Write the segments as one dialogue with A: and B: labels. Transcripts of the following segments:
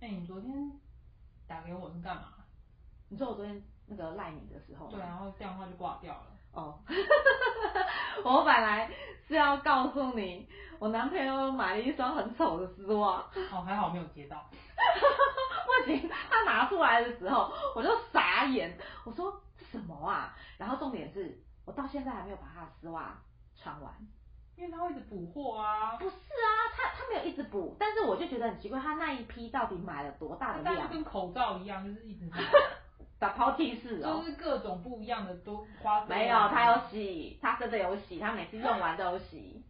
A: 哎
B: 你说我昨天那个赖你的时候吗，
A: 对，啊然后这样的话就挂掉了。
B: 哦， 我本来是要告诉你，我男朋友买了一双很丑的丝袜，
A: 哦，还好没有接到。
B: 不行，他拿出来的时候我就傻眼，我说这什么啊？然后重点是我到现在还没有把他的丝袜穿完。
A: 因为他会一直补货啊，
B: 不是啊，他他没有一直补，但是我就觉得很奇怪，他那一批到底买了多大
A: 它
B: 的
A: 大概
B: 量
A: 就？跟口罩一样，就是一直
B: 打抛弃式
A: 就
B: 哦。
A: 是各种不一样的都花色啊
B: 没有，他有洗，他真的有洗，他每次用完都有洗，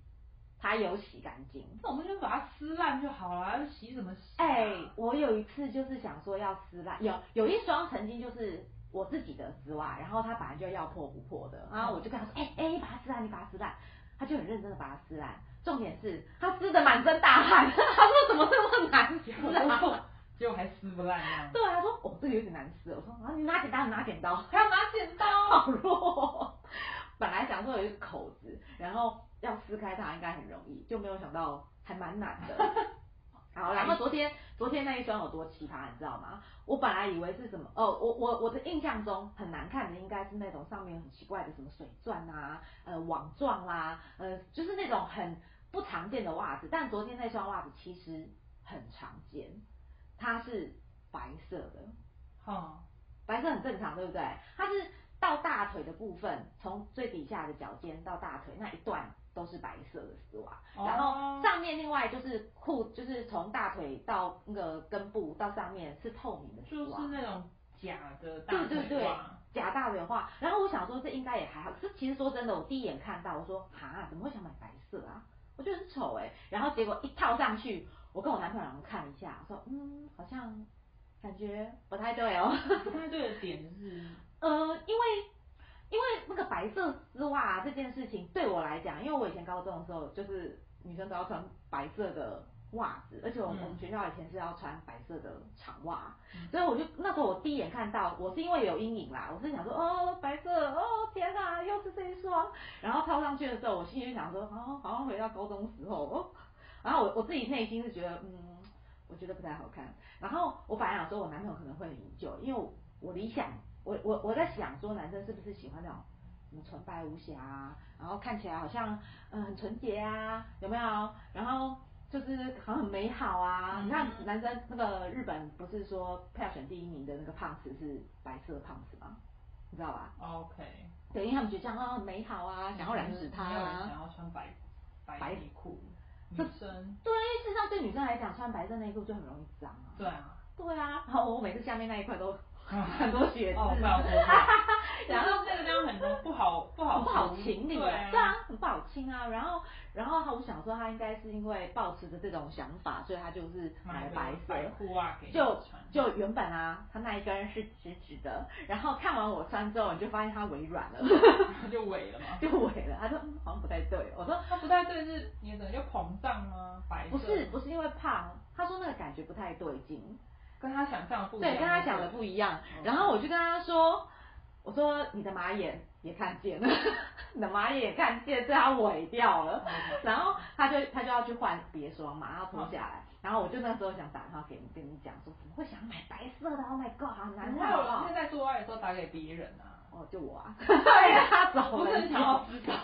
B: 他有洗干净。
A: 这种东西就把它撕烂就好了，洗什么洗、啊？
B: 哎、我有一次就是想说要撕烂，有有一双曾经就是我自己的丝袜，然后它本来就要破不破的，然后我就跟他说，哎、哎、你把它撕烂，你把它撕烂，他就很认真的把它撕烂。重点是他撕的满身大汗， 他说怎么这么难
A: 结
B: 撕
A: 果
B: 啊？
A: 结果还撕不烂这样。
B: 对，他说哦，这个有点难撕。我说啊，你拿剪刀，你拿剪刀，
A: 还要拿剪刀，
B: 好弱。哦本来想说有一个口子，然后要撕开它应该很容易，就没有想到还蛮难的。好，然后昨天昨天那一双有多奇葩，你知道吗？我本来以为是什么，哦，我我我的印象中很难看的应该是那种上面有很奇怪的什么水钻啊，呃网状啦、呃就是那种很不常见的袜子。但昨天那双袜子其实很常见，它是白色的，
A: 哈、
B: 白色很正常，对不对？它是到大腿的部分，从最底下的脚尖到大腿那一段都是白色的丝袜， 然后
A: 哦
B: 上面另外就是裤，就是从大腿到那个根部到上面是透明的丝
A: 就
B: 袜。
A: 是那种假的大
B: 对
A: 腿袜
B: 对对，假大腿袜。然后我想说，这应该也还好。这其实说真的，我第一眼看到，我说哈，怎么会想买白色啊？我觉得很丑哎、然后结果一套上去，我跟我男朋友两个看了一下，我说嗯，好像感觉不太对哦。
A: 不太对的点 是，
B: 呃，因为因为那个白色丝袜、这件事情对我来讲，因为我以前高中的时候，就是女生都要穿白色的袜子，而且我
A: 嗯
B: 们、我们学校以前是要穿白色的长袜，
A: 嗯
B: 所以我就那时候我第一眼看到，我是因为有阴影啦，我是想说哦白色，哦天哪，又是这一双，然后套上去的时候，我心里就想说，哦，好像回到高中时候，哦，然后我我自己内心是觉得，嗯，我觉得不太好看。然后我本来想说，我男朋友可能会很引咎，因为我我理想，我我我在想说，男生是不是喜欢那种什么纯白无瑕啊，然后看起来好像嗯很纯洁啊，有没有？然后就是好像很美好啊。你看
A: 嗯
B: 男生那个日本不是说票选第一名的那个胖子是白色胖子吗？你知道吧？
A: OK，
B: 对，因为他们觉得这样啊很美好啊，想要染指他
A: 嗯没有人
B: 啊。
A: 想要穿白
B: 白
A: 白内裤，女
B: 这
A: 生
B: 对，事实上对女生来讲，穿白色内裤就很容易脏啊。
A: 对 啊，
B: 对啊，然后我每次下面那一块 都 很
A: 很
B: 多血渍，
A: 哦，不要说这个，
B: 然
A: 然
B: 后
A: 后那个地方很多不好不好
B: 不好清理
A: 嗯对
B: 啊，对，啊，很不好清啊。然后，然后他我想说他应该是因为抱持着这种想法，所以他就是
A: 买
B: 买了白
A: 个白
B: 色。
A: 裤袜给你
B: 就
A: 穿
B: 就原本啊，他那一根是直直的，然后看完我穿之后，你就发现它微软了，
A: 就萎了嘛。
B: 就萎了。他说、嗯、好像不太对，我说
A: 它不太对，是你的整个就膨胀吗？白色
B: 不是，不是因为胖，他说那个感觉不太对劲，
A: 跟他想象的不一样。
B: 对，跟他讲的不一样。然后我就跟他说，我说你的马眼也看见了， 你的马眼也看见，所以它萎掉了。
A: OK
B: 然后他就他就要去换别双嘛，然后脱下来。然后我就那时候想打电话给你，跟你讲说，怎么会想买白色的？Oh my god，好难
A: 不会
B: 看
A: 有
B: 哦
A: 人会在做爱的时候打给别人 啊？
B: 哦，就我啊，对他走
A: 我
B: 了
A: 是很
B: 一下，
A: 想要知道，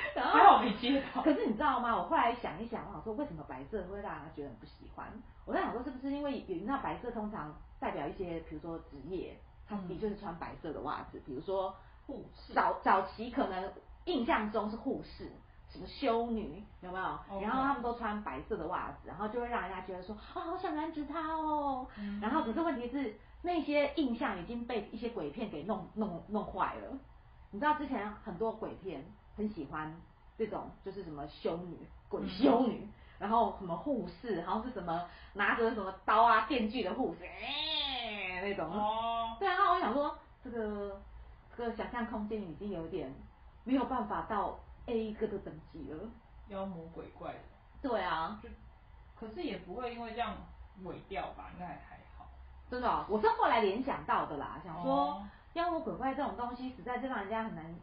B: 然后
A: 还好没接到。
B: 可是你知道吗？我后来想一想，我想说为什么白色会让人家觉得很不喜欢？我在想说是不是因为有那白色通常代表一些，比如说职业，他的确是穿白色的袜子，比如说
A: 护士
B: 早早期可能印象中是护士。什么修女有没有
A: OK
B: 然后他们都穿白色的袜子，然后就会让人家觉得说啊、好想染指他哦。
A: 嗯
B: 然后可是问题是，那些印象已经被一些鬼片给弄弄弄坏了。你知道之前很多鬼片很喜欢这种，就是什么修女、鬼修女，然后什么护士，好像是什么拿着什么刀啊、电锯的护士，哎、那种。
A: 哦，
B: 对啊，然后我想说，这个这个想象空间已经有点没有办法到 A 哥的等级了。
A: 妖魔鬼怪的，
B: 对啊，
A: 可是也不会因为这样萎掉吧？应该还好。
B: 真的哦、我是后来联想到的啦，想说。
A: 哦
B: 妖魔鬼怪这种东西，实在是让人家很难，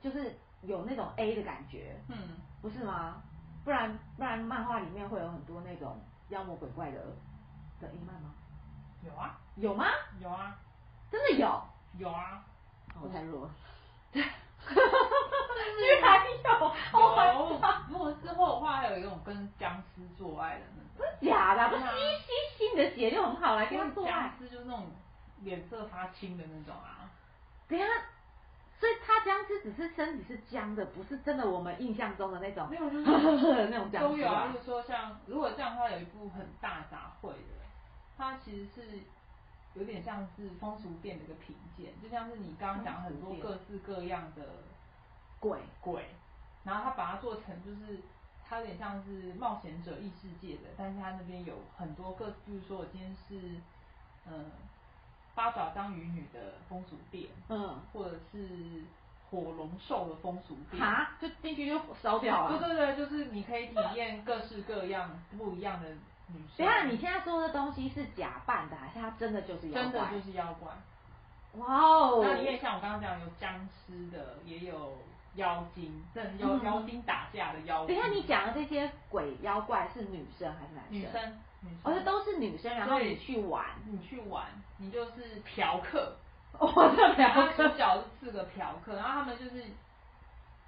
B: 就是有那种 A 的感觉，
A: 嗯，
B: 不是吗？不然不然，漫画里面会有很多那种妖魔鬼怪的的 A 漫吗？
A: 有啊，
B: 有吗？
A: 有啊，
B: 真真的有，
A: 有 啊，
B: 我太弱 了。
A: 有。
B: 居然有，Oh my god
A: 如果之后的话，还有一种跟僵尸做爱的那种，
B: 真假的？不
A: 对
B: 吸
A: 啊
B: 吸吸你的血就很好来跟他做爱
A: 僵。尸就是那种脸色发青的那种啊。
B: 等一下，所以他僵尸只是身体是僵的，不是真的我们印象中的那种
A: 没有，就
B: 那种
A: 是
B: 僵
A: 都
B: 尸
A: 有啊。
B: 吧
A: 就？是说像，如果这样的话，有一部很大杂烩的，它其实是有点像是风俗店的一个评鉴，就像是你刚刚讲很多
B: 风俗
A: 各式各样的
B: 鬼
A: 鬼，然后他把它做成就是。它有点像是冒险者异世界的，但是它那边有很多个，比如说我今天是，呃，八爪章鱼女的风俗店，
B: 嗯，
A: 或者是火龙兽的风俗店，
B: 哈，就进去就烧掉
A: 对
B: 了。
A: 对对，就是你可以 体验各式各样不一样的女生。
B: 等一下，你现在说的东西是假扮的，还是他真的就是妖
A: 真的
B: 怪
A: 就？是妖怪。
B: 哇哦！
A: 那里面像我刚刚讲，有僵尸的，也有妖精，正妖
B: 嗯
A: 妖精打架的妖
B: 等
A: 精。
B: 一下，你讲的这些鬼妖怪是女生还是男
A: 女
B: 生？
A: 生，女生，
B: 哦，这都是女生，然后你去 玩。
A: 你去玩，你就是嫖客。
B: 我哦这
A: 然后
B: 两
A: 主
B: 个
A: 角是四个嫖客，然后他们就是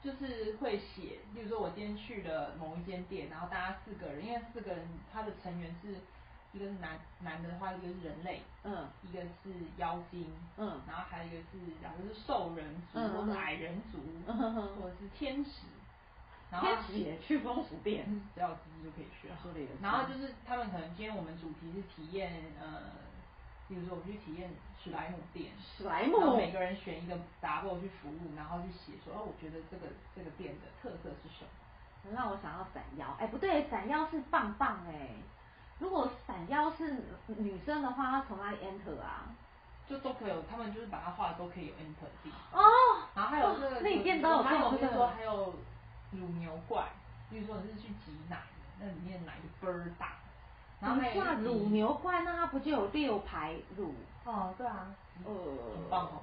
A: 就是会写，例如说我今天去了某一间店，然后大家四个人，因为四个人他的成员是一个是男男的话，一个是人类，
B: 嗯
A: 一个是妖精，
B: 嗯
A: 然后还有一个是假如是兽人族
B: 嗯嗯
A: 或
B: 嗯
A: 者矮人族，
B: 嗯哼哼
A: 或者是天使，然后
B: 天使也去风俗店，
A: 嗯只要有资质就可以去了。
B: 说的也是
A: 然后就是他们可能今天我们主题是体验呃，比如说我们去体验史莱姆店，
B: 史莱
A: 然后
B: 姆，
A: 每个人选一个 double 去服务，然后去写说，哦，我觉得这个这个店的特色是什么？
B: 让我想到闪耀。哎，不对，闪耀是棒棒哎。如果闪耀是女生的话，她从哪里 enter 啊？
A: 就都可以有，他们就是把它画的都可以有 enter 地。
B: 哦，
A: 然后还有这个，
B: 那你店都有
A: 还有
B: 做
A: 比
B: 这
A: 如说
B: 个，
A: 还有乳牛怪，比如说你是去挤奶的，那里面奶就倍儿大。然后
B: 等
A: 还
B: 一
A: 有
B: 下
A: 一集
B: 乳牛怪，那它不就有六排乳？
A: 哦，对啊，
B: 呃，
A: 很棒哦，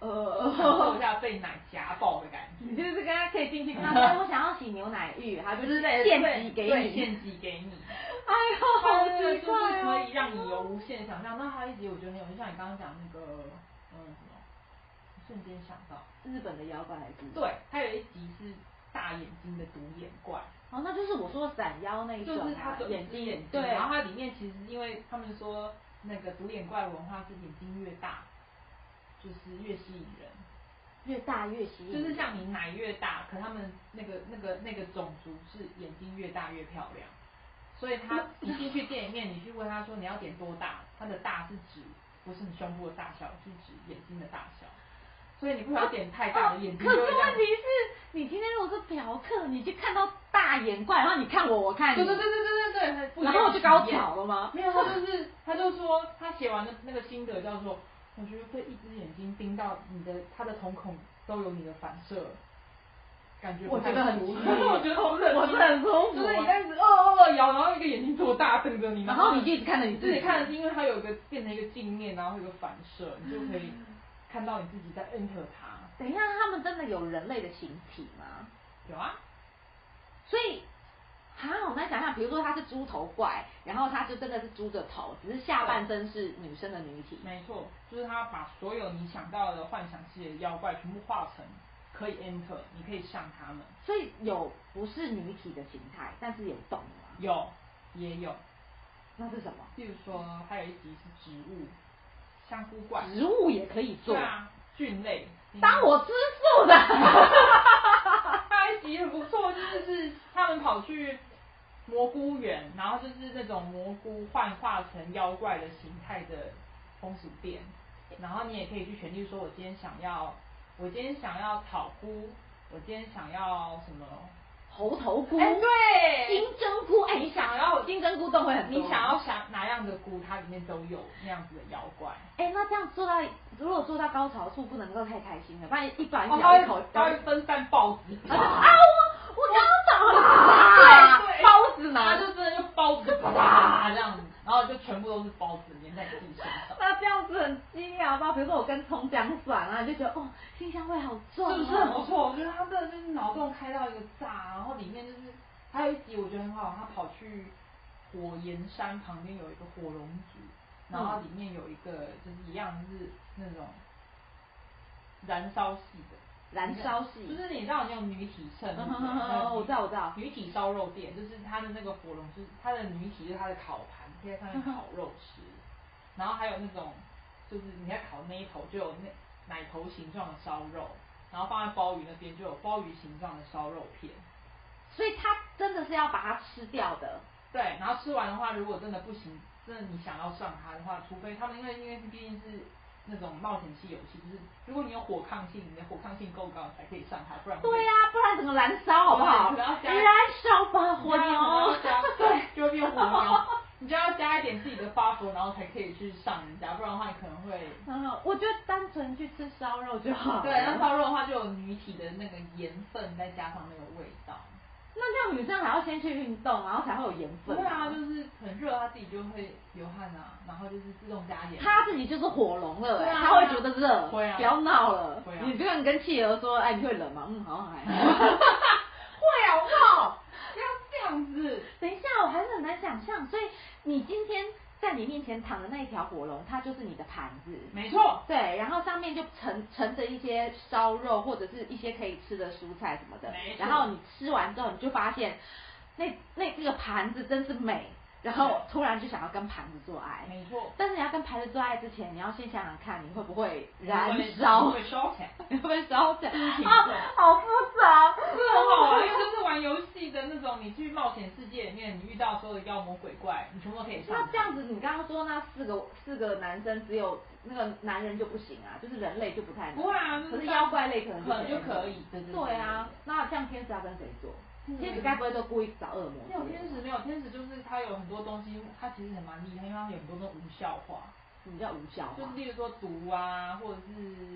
A: 享受
B: 呃
A: 一，下被奶夹爆的感觉。
B: 你就是跟他可以进去 跟他说，我想要洗牛奶浴，他就是现
A: 对
B: 挤给
A: 对
B: 你，
A: 献祭给你。
B: 哎呦，
A: 它
B: 好
A: 这个
B: 奇
A: 就是
B: 怪哦
A: 可以啊让你有无限想象。那还有一集我觉得很有趣，像你刚刚讲那个，嗯，什么，瞬间想到，
B: 日本的妖怪还是？
A: 对，它有一集是大眼睛的独眼怪，
B: 哦，那就是我说闪妖那一种、啊，
A: 就是它只有一
B: 眼
A: 只
B: 睛
A: 眼睛，
B: 对，
A: 然后它里面其实因为他们说那个独眼怪文化是眼睛越大，就是越吸引人。
B: 越大越吸引，
A: 就是像你奶越大，可他们那个那个那个种族是眼睛越大越漂亮，所以他你进去店里面，你去问他说你要点多大，他的大是指不是你胸部的大小，是指眼睛的大小，所以你不要点太大的眼睛
B: 哦
A: 就
B: 可
A: 会
B: 是
A: 让
B: 问题是，你今天如果是嫖客，你就看到大眼怪，然后你看我，我看你，
A: 对对对对对对对，不一
B: 然
A: 样
B: 后我就高
A: 体验
B: 潮了吗？
A: 没有，他就是 他就说他写完的那个心得叫做，我觉得被一只眼睛盯到你的他的瞳孔都有你的反射，感觉不
B: 我
A: 太
B: 觉得很
A: 舒服
B: 奇 怪
A: 我觉得我是
B: 我是很舒服
A: 就是你在一直哦哦哦摇，然后一个眼睛做大瞪着你，
B: 然后你就一直看着你自
A: 自己
B: 己
A: 看的是因为它有一个变成一个镜面，然后会有一个反射，你就可以看到你自己在 enter 它。
B: 等一下，他们真的有人类的形体吗？
A: 有啊，
B: 所以，啊，我在想想，比如说他是猪头怪，然后他就真的是猪的头，只是下半身是女生的女体。
A: 没错，就是他把所有你想到的幻想系的妖怪全部画成可以 enter，你可以上他们。
B: 所以有不是女体的形态，但是有动物啊，
A: 有，也有，
B: 那是什么？
A: 例如说还有一集是植物，香菇怪，
B: 植物也可以做
A: 对。啊，菌类。
B: 当我吃素的，
A: 还有一集很不错，就是他们跑去蘑菇园，然后就是那种蘑菇幻化成妖怪的形态的风俗店，然后你也可以去选，例如说我今天想要，我今天想要草菇，我今天想要什么？
B: 猴头菇，
A: 哎对
B: 金针菇，哎，
A: 你想要
B: 金针菇都会很多。
A: 你想要想哪样的菇，它里面都有那样子的妖怪。
B: 哎、那这样做到，如果做到高潮处，不能够太开心了，不然一转
A: 哦，
B: 咬一
A: 它
B: 口
A: 会，它会分散报纸，
B: 然后就啊，我我高潮了，
A: 对对
B: 包子
A: 它
B: 呢？
A: 就真的就包子啪这样子，然后就全部都是包子粘在你自己身上，
B: 那这样子很激烈好不好？比如说我跟葱姜蒜啊，就觉得哦，辛香味好重、哦，
A: 是不是很不？错？我觉得他真的就是脑洞开到一个炸，然后里面就是还有一集我觉得很好，他跑去火焰山旁边有一个火龙族，然后里面有一个就是一样是那种燃烧系的，
B: 燃烧系
A: 就是你知道那种女体秤，对
B: 嗯
A: 不
B: 哼
A: 对
B: 哼
A: 还有
B: 哼我知道我知道
A: 女体烧肉店就是它的那个火龙，就是它的女体就是它的烤盘，可以在上面烤肉吃，然后还有那种就是你在烤那一头就有那奶头形状的烧肉，然后放在鲍鱼那边就有鲍鱼形状的烧肉片，
B: 所以它真的是要把它吃掉的。
A: 对，然后吃完的话，如果真的不行，真的你想要上它的话，除非他们因为因为毕竟是那种冒险系游戏，就是如果你有火抗性，你的火抗性够高，你才可以上它，不然会
B: 对呀、啊不然怎么燃烧好不好？
A: 对不要加
B: 燃烧吧，火
A: 你
B: 牛
A: 要 加。对，就会变火牛。你就要加一点自己的 buff，然后才可以去上人家，不然的话你可能会。
B: 嗯，我就单纯去吃烧肉就好了。
A: 对，那烧肉的话就有女体的那个盐分，再加上那个味道。
B: 那这样女生还要先去运动，然后才会有盐
A: 不
B: 分。
A: 会啊，就是很热，它自己就会流汗啊，然后就是自动加盐。
B: 她自己就是火龙了、
A: 对啊
B: 她会觉得热，
A: 会啊
B: 不要闹了。
A: 会啊
B: 你就像跟企鹅说，哎，你会冷吗？嗯，好像还 好。
A: 会
B: 啊
A: 好不好？ 不要这样子。
B: 等一下，我还是很难想象，所以你今天在你面前躺的那一条火龙，它就是你的盘子。
A: 没错，
B: 对，然后上面就盛盛着一些烧肉或者是一些可以吃的蔬菜什么的
A: 没，错
B: 然后你吃完之后，你就发现那那这个盘子真是美，然后突然就想要跟盘子做爱。
A: 没错。
B: 但是你要跟盘子做爱之前，你要先想想看，你会不会燃
A: 会
B: 烧？
A: 会烧起来，
B: 你会不会烧起来？
A: 心情
B: 啊
A: 会，
B: 好复杂，
A: 这很好玩，因为就是玩游戏的那种，你去冒险世界里面，你遇到所有的妖魔鬼怪，你全部都可以上。
B: 那这样子，你刚刚说那四个四个男生只有那个男人就不行啊，就是人类就不太能。
A: 不会啊就是
B: 可是妖怪类可
A: 可能
B: 能
A: 就
B: 就
A: 可以对对对
B: 对啊，那这样天使要跟谁做？
A: 嗯
B: 天使该不会都故意找恶魔
A: 没有
B: 之类
A: 天
B: 的？
A: 使，没有天使，就是它有很多东西，它其实也蛮厉害，因为它有很多那种无效化，
B: 什么叫无效
A: 就是
B: 化？
A: 例如说毒啊，或者是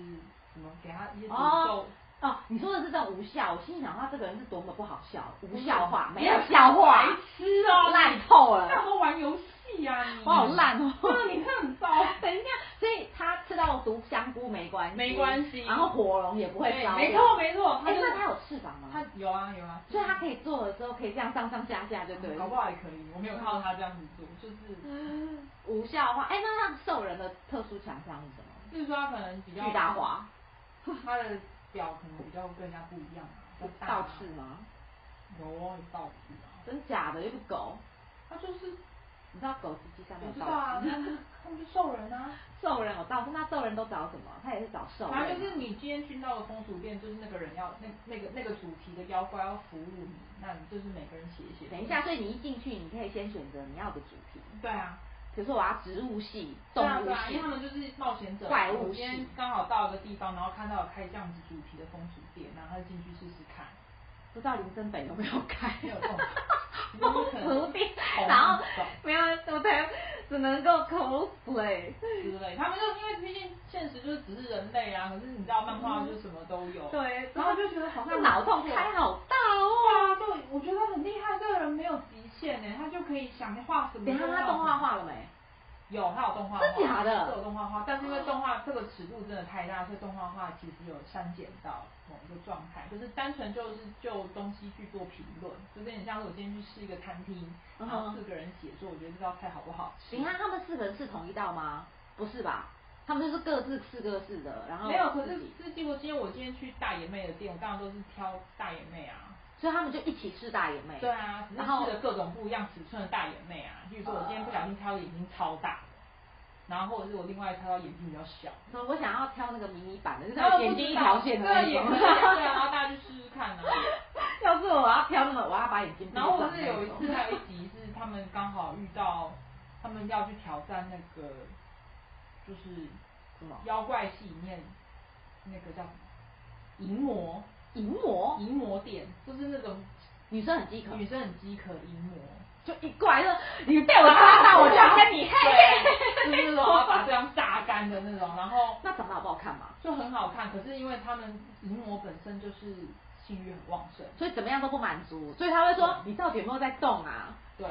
A: 什么给它一些诅咒
B: 哦。哦，你说的是这种无效，我心里想他这个人是多么不好笑，无效化，没有笑话
A: 白，痴哦，
B: 烂透
A: 那
B: 了，
A: 都玩游戏啊你。
B: 我好烂哦。
A: 对，你很糟。
B: 等一下，所以他吃到毒香菇没关系，
A: 没关系
B: 然后火龙也不会烧掉，
A: 没错没错，它
B: 哎，
A: 就
B: 那他有翅膀吗？
A: 它有啊 有啊，
B: 所以他可以做的时候可以这样上上下下，对不对？
A: 嗯搞不好也可以，我没有看到他这样子做，就是
B: 无效化，哎、那让兽人的特殊强项是什么？
A: 就是说他可能比较
B: 巨大，化，
A: 他的表可能比较跟人家不一样啊，比较大啊
B: 倒刺吗？
A: 有哦，有倒刺啊，
B: 真假的？又不是狗，
A: 他就是
B: 你知道狗实际上没
A: 我
B: 有
A: 知
B: 倒
A: 道啊，
B: 刺。
A: 他们他们就兽人啊，
B: 兽人有倒刺，那兽人都找什么？他也是找兽人。啊
A: 反正就是你今天去到的风俗店，就是那个人要那那个那个主题的妖怪要服务你，那你就是每个人写一写。
B: 等一下，所以你一进去，你可以先选择你要的主题，
A: 对啊，
B: 比如说我要植物系、
A: 对
B: 动
A: 啊
B: 物
A: 对啊，因
B: 系
A: 为他。们就是冒险者，
B: 怪物
A: 我今天
B: 系
A: 刚好到一个地方，然后看到有开这样子主题的风俗店，然后他就进去试试看。
B: 不知道林森北有没有开？
A: 没有空
B: 风 俗店，然后
A: 好
B: 没有，我才只能够 cosplay。
A: 之类。他们就因为毕竟现实就是只是人类啊，可是你知道漫画就是什么都有。
B: 对，
A: 然后就觉得好像
B: 脑洞开好大哦。
A: 哇，就我觉得很厉害，这个人没有极限呢，他就可以想画什么。啊
B: 等一下他动
A: 画
B: 画化了没？
A: 有，他有动画化，
B: 真假的
A: 是有动画化，但是因为动画这个尺度真的太大，所以动画化其实有删减到某一个状态，就是单纯就是就东西去做评论，就有点像是我今天去吃一个餐厅，然后
B: 嗯
A: 四个人写作，我觉得这道菜好不好吃？
B: 等一下他们四个人是同一道吗？不是吧？他们就是各自四各自的，然后
A: 没有，可是
B: 自己
A: 是结果今天我今天去大眼妹的店，我当然都是挑大眼妹啊。
B: 所以他们就一起试大眼妹。
A: 对啊，只是
B: 然后
A: 试了各种不一样尺寸的大眼妹啊。比如说我今天不小心挑的眼睛超大的，然后或者是我另外挑到眼睛比较小，
B: 说我想要挑那个迷你版的，就是
A: 然后
B: 眼睛一条线的那
A: 啊对，眼睛
B: 种
A: 一。条线，然后大家去试试看啊。
B: 要是我要挑那个，我要把眼睛闭
A: 然
B: 上
A: 后
B: 那种。
A: 我是有一次还有一集是他们刚好遇到，他们要去挑战那个就是
B: 什么
A: 妖怪系里面那个叫什么淫魔。
B: 淫魔，
A: 淫魔店，就是那种
B: 女生很饥渴，
A: 嗯女生很饥渴淫魔。
B: 就一过来就你 被我抓到，我就要跟 你嘿 嘿嘿
A: 对，就是
B: 嘿
A: 那种要把对方榨干的那种，然后
B: 那长得好不好看嘛？
A: 就很好看。可是因为他们淫魔本身就是性欲很旺盛，
B: 所以怎么样都不满足，所以他会说你到底有没有在动啊？
A: 对，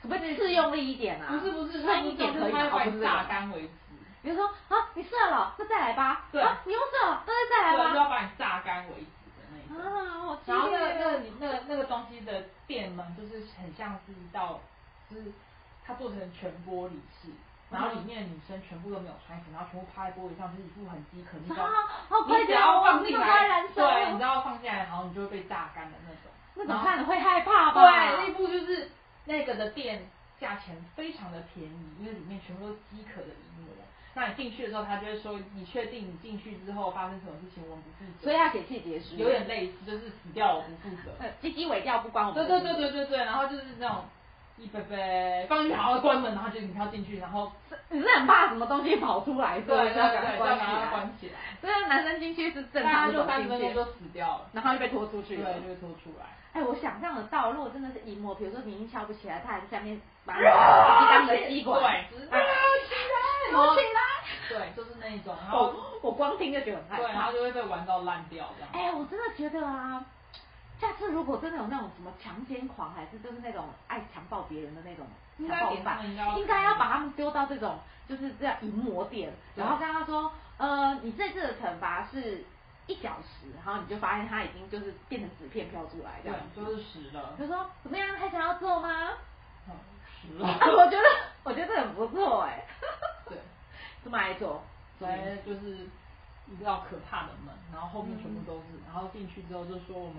B: 可不可以自用力一点啊？
A: 不是不是，他
B: 深
A: 不
B: 一点
A: 是
B: 可以
A: 他
B: 吗？
A: 要把
B: 哦，不
A: 你
B: 是
A: 榨
B: 这个。
A: 干为止，
B: 比如说啊，你射了，那再来吧。
A: 对
B: 啊，你又射了，那就再
A: 对，
B: 来
A: 就要
B: 吧。
A: 把你榨干为止的那一种。
B: 啊，好激烈
A: 然后那个那个
B: 哦
A: 你那个那个东西的店门就是很像是一道，就是它做成全玻璃式，
B: 嗯
A: 然后里面的女生全部都没有穿衣服，然后全部趴在玻璃上，就是一副很饥渴，你只要
B: 啊， 好快
A: 你只
B: 点
A: 要
B: 哦，
A: 放进
B: 那个快
A: 来
B: 燃，
A: 对，你
B: 烧
A: 知，道放进来，然后你就会被榨干的那种。
B: 那
A: 然
B: 种
A: 后
B: 看了会害怕吧？
A: 对，那部就是那个的店价钱非常的便宜，因为里面全部都是饥渴的一幕。那你进去的时候，他就会说：“你确定你进去之后发生什么事情，我们不负责。”
B: 所以他写气节书，
A: 有点类似，就是死掉我不负责。
B: 呃鸡鸡尾掉不关我们
A: 对
B: 的
A: 对
B: 事
A: 对对对对，然后就是那种一杯杯放进去，然后关门，然后就你跳进去，然后
B: 你是很怕什么东西跑出来，
A: 对
B: 所以
A: 对对，
B: 就要赶快
A: 再
B: 关
A: 把
B: 起
A: 它
B: 来。
A: 关起来，
B: 这个男生进去是正
A: 大
B: 常
A: 概
B: 的
A: 就
B: 走
A: 三
B: 进
A: 十分钟
B: 去，
A: 就死掉了，
B: 然后就被拖出去了
A: 对，。就会拖出来。
B: 哎，我想象得到，如果真的是一幕，比如说你已经翘不起来，他还是下面把你一当的吸管，
A: 对，就是
B: 哎我起来。
A: 对，就是那一种，然后
B: 我我光听就觉得很害
A: 对，然
B: 怕
A: 后。就会被玩到烂掉这样。
B: 哎、我真的觉得啊，下次如果真的有那种什么强奸狂，还是就是那种爱强暴别人的那种
A: 应
B: 强
A: 该
B: 暴
A: 给他
B: 犯
A: 们应该要，
B: 应该要把他们丢到这种就是这样淫魔店，
A: 对
B: 然后跟他说，呃，你这次的惩罚是一小时，然后你就发现他已经就是变成纸片飘出来这
A: 对
B: 样，
A: 就是死了，
B: 就说怎么样，还想要做吗？
A: 嗯，死
B: 啊
A: 了，
B: 我觉得我觉得很不错哎、
A: 对，
B: 这么爱做，
A: 所以就是一道可怕的门，然后后面全部都
B: 嗯
A: 是，然后进去之后就说我们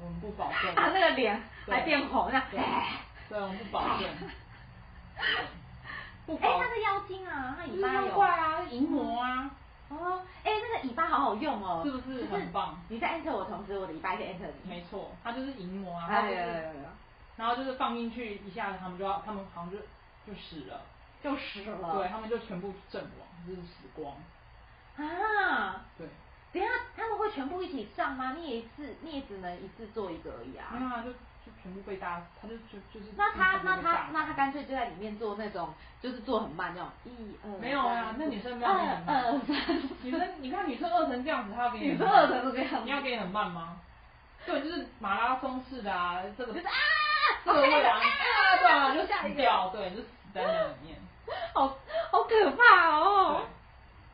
A: 我们不保 证，
B: 他那个脸
A: 对
B: 还变红了，
A: 对
B: 哎，
A: 对，我们不保证，不
B: 哎，
A: 保
B: 他是妖精啊，他
A: 就
B: 尾
A: 是
B: 巴
A: 妖
B: 有
A: 怪啊，淫魔啊，
B: 哦，哎，那个尾巴好好用哦，
A: 是不是很棒？
B: 你在 enter 我同时，我的尾巴也在 enter 你。
A: 没错，他就是淫魔啊，他
B: 哎
A: 就
B: 呀呀
A: 是
B: 呀呀，
A: 然后就是放进去一下子，他们就要，他们好像就就死了，
B: 就湿了。
A: 对他们就全部阵亡，就是死光。
B: 啊，
A: 对，
B: 等一下他们会全部一起上吗？你也是，你也只能一次做一个而已啊。
A: 没有啊，就就全部被大，他就就就是
B: 那他
A: 全部
B: 那
A: 被
B: 他
A: 大
B: 那他干脆就在里面做那种，就是做很慢那种，一二
A: 没有啊
B: 三
A: 那女生没有那
B: 二
A: 么慢
B: 二三，
A: 女生，你看女生饿成这样子，她要给你
B: 嗯女生二成这个样子，
A: 你要给你很慢吗？对，就是马拉松式的啊，这个
B: 就是啊，
A: 这个会啊，啊对啊，就
B: 下
A: 死
B: 一个，
A: 掉，对，就死在那里面，
B: 好好可怕哦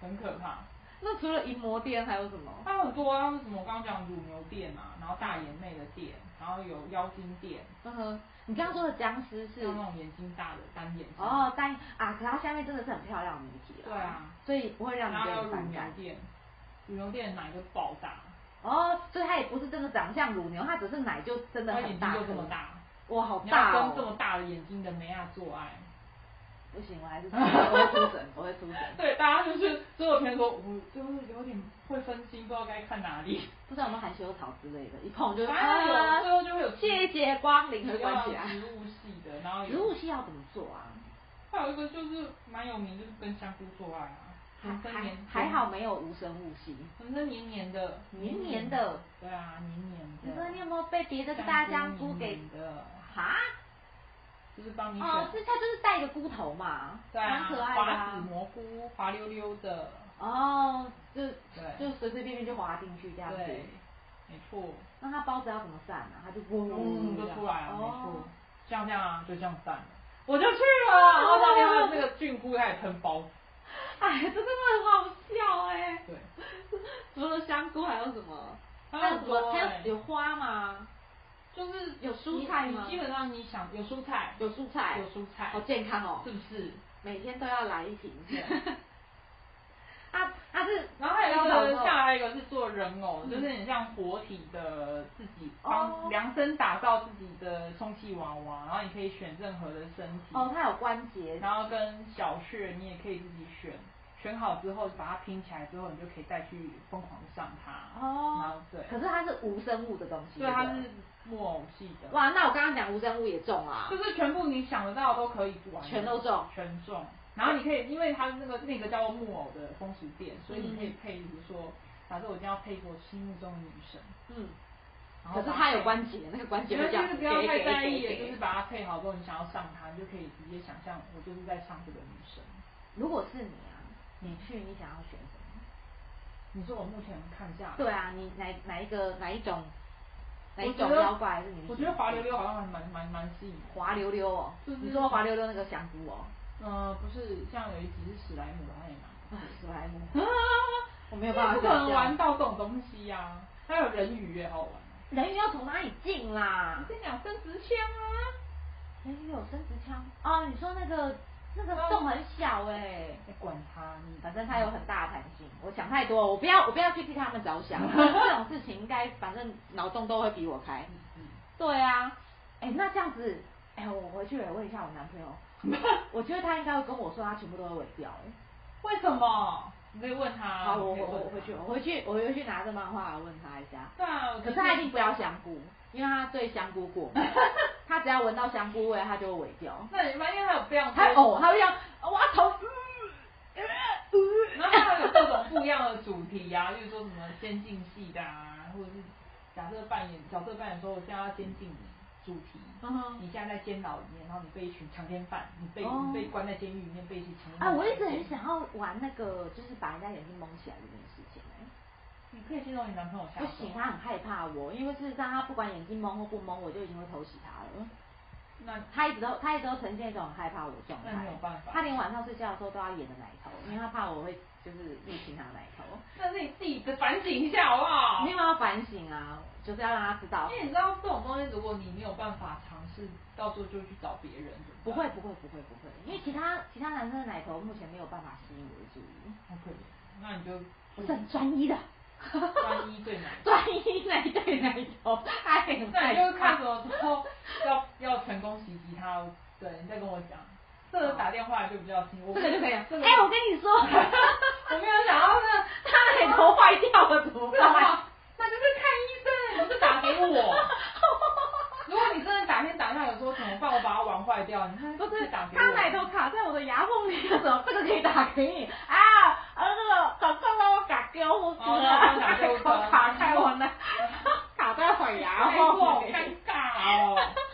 A: 对。，很可怕。
B: 那除了淫魔店还有什么？
A: 它很多啊，为什么我刚刚讲乳牛店啊，然后大眼妹的店，然后有妖精店，
B: 嗯哼，你刚刚说的僵尸是
A: 像那种眼睛大的单眼睛。
B: 哦，但啊，可它下面真的是很漂亮的谜题了，
A: 对啊，
B: 所以不会让你
A: 然后
B: 觉
A: 还有
B: 得
A: 乳
B: 反
A: 牛
B: 感。
A: 店，乳牛店奶就爆大，
B: 哦，所以它也不是真的长相乳牛，它只是奶就真的
A: 它
B: 很
A: 眼
B: 大
A: 睛
B: 颗
A: 就，这么大，
B: 哇，好
A: 你
B: 大
A: 要
B: 哦
A: 跟这！么大的眼睛的梅亚做爱。
B: 不行，我还是我会出神，我会出神，
A: 对，大家就是所有朋友说，我就是有点会分心，不知道该看哪 里。
B: 不知道有没有含羞草之类的，一碰就啊
A: 反正有最后就会有
B: 谢谢光临，会
A: 有啊
B: 关起啊来。
A: 植物系的，然后有
B: 啊植物系要怎么做啊？
A: 还有一个就是蛮有名，就是跟香菇做爱啊，
B: 还
A: 纯生
B: 还
A: 黏
B: 还好，没有无生物系。
A: 纯生黏黏的，
B: 黏黏的，
A: 对啊，黏黏的。
B: 你说你有没有被别的大香菇给
A: 黏黏的，
B: 哈？
A: 就是帮你选，
B: 哦，是它就是带一个菇头嘛，
A: 对啊，
B: 蛮可爱的
A: 花
B: 啊
A: 籽。蘑菇，滑溜溜的，
B: 哦，就
A: 对
B: 就随随便便就滑进去这样子。
A: 对，没错，
B: 那它包子要怎么散啊？它就嗡
A: 嗯，就出来了，没错
B: 哦，，
A: 像这样啊，就这样散了。我就去了，然后上面还有那个菌菇开始喷包子，
B: 哎，这真的很好笑哎。
A: 对，
B: 除了香菇还有什么？
A: 还有
B: 什
A: 很
B: 么？
A: 多
B: 还
A: 哎
B: 有有花吗？
A: 就是
B: 有蔬菜
A: 你
B: 吗
A: 你基本上你想有蔬菜，
B: 有蔬菜
A: 有，蔬菜
B: 好，健康哦
A: 是，不是？
B: 每天都要来一瓶
A: 对。
B: 啊，它是，
A: 然后还有一
B: 然后
A: 个，下来一个是做人偶的，
B: 嗯
A: 就是很像活体的自己
B: 哦
A: 帮量身打造自己的充气娃娃，然后你可以选任何的身体，
B: 哦，它有关节，
A: 然后跟小穴你也可以自己选，选好之后把它拼起来之后，你就可以再去疯狂地上它。然
B: 哦
A: 后，对，
B: 可是它是无生物的东西，
A: 所以它
B: 对不对
A: 是木偶系的，
B: 哇，那我刚刚讲无生物也中啊
A: 就，是嗯全部你想得到都可以玩，
B: 全都中，
A: 全中。然后你可以，因为它那个那个叫做木偶的风俗店，所以你可以
B: 嗯
A: 配，比如说，假设我今天要配一个我心目中的女神，
B: 嗯，
A: 然后
B: 可是
A: 把
B: 它有
A: 配
B: 关节，那个关节
A: 因
B: 会
A: 为
B: 这
A: 就
B: 样
A: 是不要
B: 给
A: 太
B: 给
A: 在
B: 给
A: 意了，
B: 给，
A: 就是把它配好之后，你想要上它，你就可以直接想象我就是在上这个女生。
B: 如果是你啊，你去你想要选什么？
A: 你说我目前看下来，
B: 对啊，你哪哪一个哪一种哪一
A: 我觉
B: 种
A: 得
B: 妖怪是你？
A: 我觉得滑溜溜好像还蛮蛮蛮吸引我。
B: 滑溜溜哦，
A: 就是
B: 你说滑溜溜那个香菇哦，
A: 嗯、不是，像有一集是史莱姆的，还蛮。
B: 啊，史莱姆，
A: 啊！
B: 我没有办法
A: 不可能
B: 想象
A: 玩到这种东西呀、还有人鱼也好玩、
B: 人鱼要从哪里进啦
A: 我？跟你讲，生殖枪啊，
B: 人鱼有生殖腔啊？你说那个那个洞很小哎、
A: 你管他，你
B: 嗯反正它有很大的弹性。我想太多了，我不要我不要去替他们着 想，这种事情应该反正脑洞都会比我开。对啊，哎、那这样子，哎、我回去也问一下我男 朋友，我觉得他应该会跟我说他全部都会毁掉、哎
A: 为什么？你可以问他。
B: 好，啊我
A: 你可以
B: 我
A: 问
B: 我
A: 他
B: 回去，我回去，我回去拿着漫画来问他一下。
A: 对啊，
B: 呃可是他一定不要香菇，因为他对香菇 过敏，他只要闻到香菇味，他就会萎掉。
A: 那你发现他有非常多
B: 他呕，他会这样，哇头，嗯呃 呃
A: 然后它还有各种不一样的主题呀、啊，例如说什么监禁系的啊，或者是假设扮演角色扮演说我现在要监禁你主题，
B: 嗯哼
A: 你现在在监牢里面，然后你被一群强奸犯，你被、
B: 哦
A: 你被关在监狱里面被一群强奸
B: 啊，
A: 犯。
B: 我一直很，想要玩那个，就是把人家眼睛蒙起来这件事情、欸。
A: 你可以先从你男朋友下
B: 不
A: 手。
B: 行，他很害怕我，因为事实上他不管眼睛蒙或不蒙，我就已经会偷袭他了。
A: 那
B: 他一直都他一直都呈现一种很害怕我的状态，
A: 那没有办法
B: 他连晚上睡觉的时候都要掩着奶头，因为他怕我会就是入侵他的奶头。
A: 那是你自己的反省一下好不好？
B: 没有要反省啊，就是要让他知道
A: 因，为你知道这种东西，如果你没有办法尝试，到时候就去找别人。
B: 不会不会不会不会，因为其他其他男生的奶头目前没有办法吸引我的注意，
A: 好可怜，那你就
B: 我是很专一的，
A: 专一最难。
B: 专一奶对奶头，他也很
A: 那
B: 害
A: 你就是
B: 怕
A: 看什么时候要要成功袭击他，对，你再跟我讲。这个打电话就比较轻，我
B: 这个就可以了。
A: 这个
B: 哎、我跟 你说，
A: 我没有想到那个
B: 他奶头坏掉了怎么
A: 这么
B: 办？
A: 好，那就是看医生，你就打给 我。如果你真的打天打下有说怎么办，我把它玩坏掉，你看
B: 不是，
A: 打给我。
B: 哦他奶头卡在我的牙缝里了，怎么这个可以打 给你啊？啊，这个赶快帮我打给我哥，
A: 哦那帮我 打给我哥
B: 卡在我那，卡在我牙
A: 哎太过好
B: 缝里。
A: 尴尬哦。